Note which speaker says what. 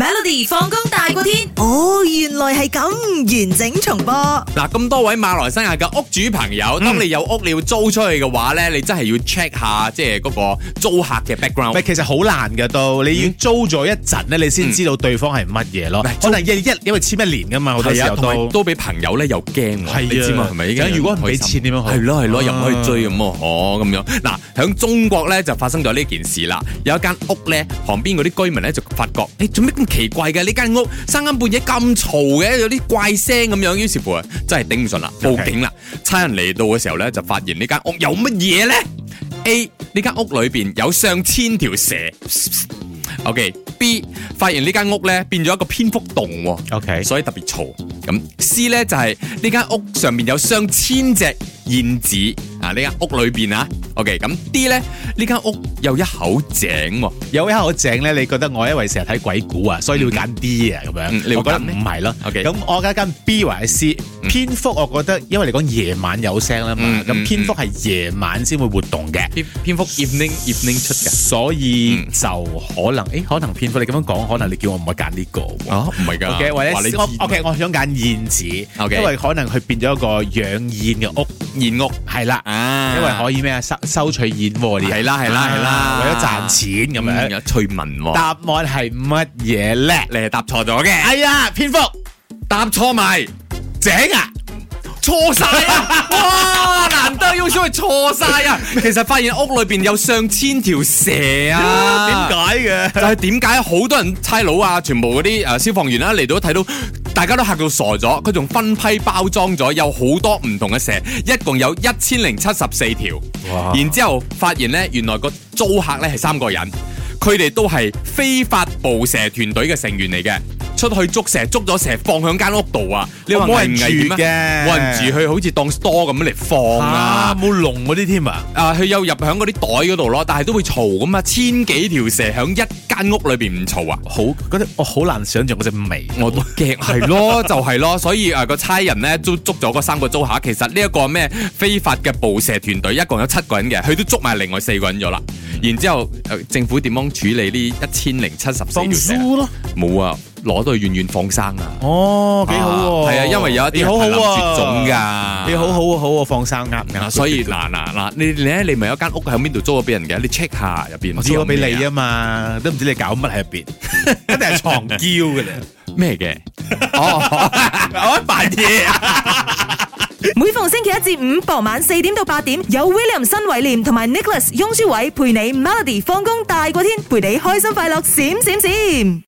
Speaker 1: Melody 放工大過天，哦，原來係咁，完整重播。
Speaker 2: 嗱，咁多位馬來西亞嘅屋主朋友，當你有屋你要租出去嘅話咧，你真係要 check 下即係嗰個租客嘅 background。
Speaker 3: 喂，其實好難嘅都，你要租咗一陣咧，你先知道對方係乜嘢咯
Speaker 2: 嗯。
Speaker 3: 可能一一因為簽一年噶嘛，好多時
Speaker 2: 係啊，
Speaker 3: 候
Speaker 2: 同埋
Speaker 3: 都。
Speaker 2: 都俾朋友咧又驚
Speaker 3: 係啊
Speaker 2: 喎，你知嘛係咪？已
Speaker 3: 咁
Speaker 2: 經
Speaker 3: 如果唔俾錢點樣好
Speaker 2: 係咯係咯，又唔可以追
Speaker 3: 啊
Speaker 2: 咁喎哦咁樣。嗱，喺中國咧就發生咗呢件事啦。有一間屋咧，旁邊嗰啲居民咧就發覺，誒做咩咁奇怪嘅呢間屋三更半夜咁嘈嘅，有啲怪聲咁樣。於是乎啊真係頂唔順啦，報警啦。差人嚟到嘅時候咧，就發現呢間屋有乜嘢咧？A 呢間屋裏邊有上千條蛇。OK，B 發現呢間屋咧變咗一個蝙蝠洞喎。
Speaker 3: OK，
Speaker 2: 所以特別嘈。咁 C 呢，就係呢間屋上面有上千隻燕子啊！呢間屋裏邊啊，OK。咁 D 呢，呢間屋有一口井喎、
Speaker 3: 有一口井咧，你覺得我因為成日睇鬼故啊，所以你會揀 D 啊咁樣。
Speaker 2: 嗯你會
Speaker 3: 我覺得
Speaker 2: 揀咩
Speaker 3: 唔係咯。
Speaker 2: OK
Speaker 3: 咁我揀揀 B 或者 C。
Speaker 2: 嗯
Speaker 3: 蝙蝠我覺得因為你講夜晚有聲啦嘛
Speaker 2: 嗯，嗯
Speaker 3: 咁蝙蝠係夜晚先會活動嘅。
Speaker 2: 蝙蝙蝠 evening evening 出嘅。
Speaker 3: 所以
Speaker 2: 嗯
Speaker 3: 就可能，誒，可能蝙蝠你咁樣講，可能你叫我唔好揀呢個喎。
Speaker 2: 哦，唔係㗎。
Speaker 3: O K，或
Speaker 2: 話你
Speaker 3: 者我
Speaker 2: 燕
Speaker 3: O K，我想揀燕子
Speaker 2: OK
Speaker 3: 因為可能佢變咗一個養燕嘅屋，
Speaker 2: 燕屋
Speaker 3: 係啦，
Speaker 2: 啊，
Speaker 3: 因為可以咩啊收收取燕喎，啲人
Speaker 2: 係啦係啦係啦
Speaker 3: 啊為咗賺錢咁
Speaker 2: 嗯
Speaker 3: 樣。
Speaker 2: 有趣聞喎、
Speaker 3: 答案係乜嘢咧？
Speaker 2: 你係答錯咗嘅，
Speaker 3: 係啊，蝙蝠
Speaker 2: 答錯埋。
Speaker 3: 井啊！
Speaker 2: 錯晒啊！哇，難得 U 小係錯晒啊！其實發現屋裏邊有上千條蛇啊，
Speaker 3: 點解
Speaker 2: 就係點解好多人差佬啊，全部嗰啲誒消防員啦、啊嚟到睇到，大家都嚇到傻咗。佢仲分批包裝咗，有好多唔同嘅蛇，一共有一千零七十四條。
Speaker 3: 哇
Speaker 2: 然之後發現呢，原來個租客呢係三個人，佢哋都係非法捕蛇團隊嘅成員嚟嘅。出去捉蛇，捉咗蛇放響間屋度啊！你話
Speaker 3: 哦冇
Speaker 2: 危
Speaker 3: 人
Speaker 2: 唔危險啊？
Speaker 3: 住嘅
Speaker 2: 冇人住，佢好似當 store 咁嚟
Speaker 3: 嘅？
Speaker 2: 放啊！
Speaker 3: 冇龍嗰啲添啊！
Speaker 2: 啊，佢有入響嗰啲袋嗰度咯，但係都會嘈噶嘛，千幾條蛇響一間屋裏邊唔嘈啊！
Speaker 3: 好嗰啲，我好難想象嗰隻味。
Speaker 2: 我都 驚，係咯，就係咯，所以啊誒個差人咧都捉咗嗰三個租客。其實呢一個咩非法嘅捕蛇團隊，一共有七個人嘅，佢都捉埋另外四個人咗啦。然之後、呃政府點樣處理呢一千零七十四條
Speaker 3: 放
Speaker 2: 蛇？
Speaker 3: 書咯，
Speaker 2: 冇啊，攞到去遠遠放生啊！
Speaker 3: 哦，幾好喎！
Speaker 2: 係啊，因為有一
Speaker 3: 你
Speaker 2: 啲
Speaker 3: 好好
Speaker 2: 係瀕臨
Speaker 3: 啊，
Speaker 2: 絕種㗎。
Speaker 3: 你好好啊，好啊，放生啱唔
Speaker 2: 啊
Speaker 3: 啱？
Speaker 2: 所以嗱嗱嗱，你你咧，你咪有間屋喺邊度租咗俾人嘅？你 check 下入邊。
Speaker 3: 我
Speaker 2: 有
Speaker 3: 租咗俾你
Speaker 2: 咩
Speaker 3: 啊嘛，都唔知你搞乜喺 入邊，一定係藏嬌嘅咧。
Speaker 2: 咩嘅？哦，
Speaker 3: 我扮嘢啊！
Speaker 1: 每逢星期一至五傍晚四點到八點，有 William 新偉廉同埋 Nicholas 雍舒偉陪你 Melody 放工大過天，陪你開心快樂閃閃閃。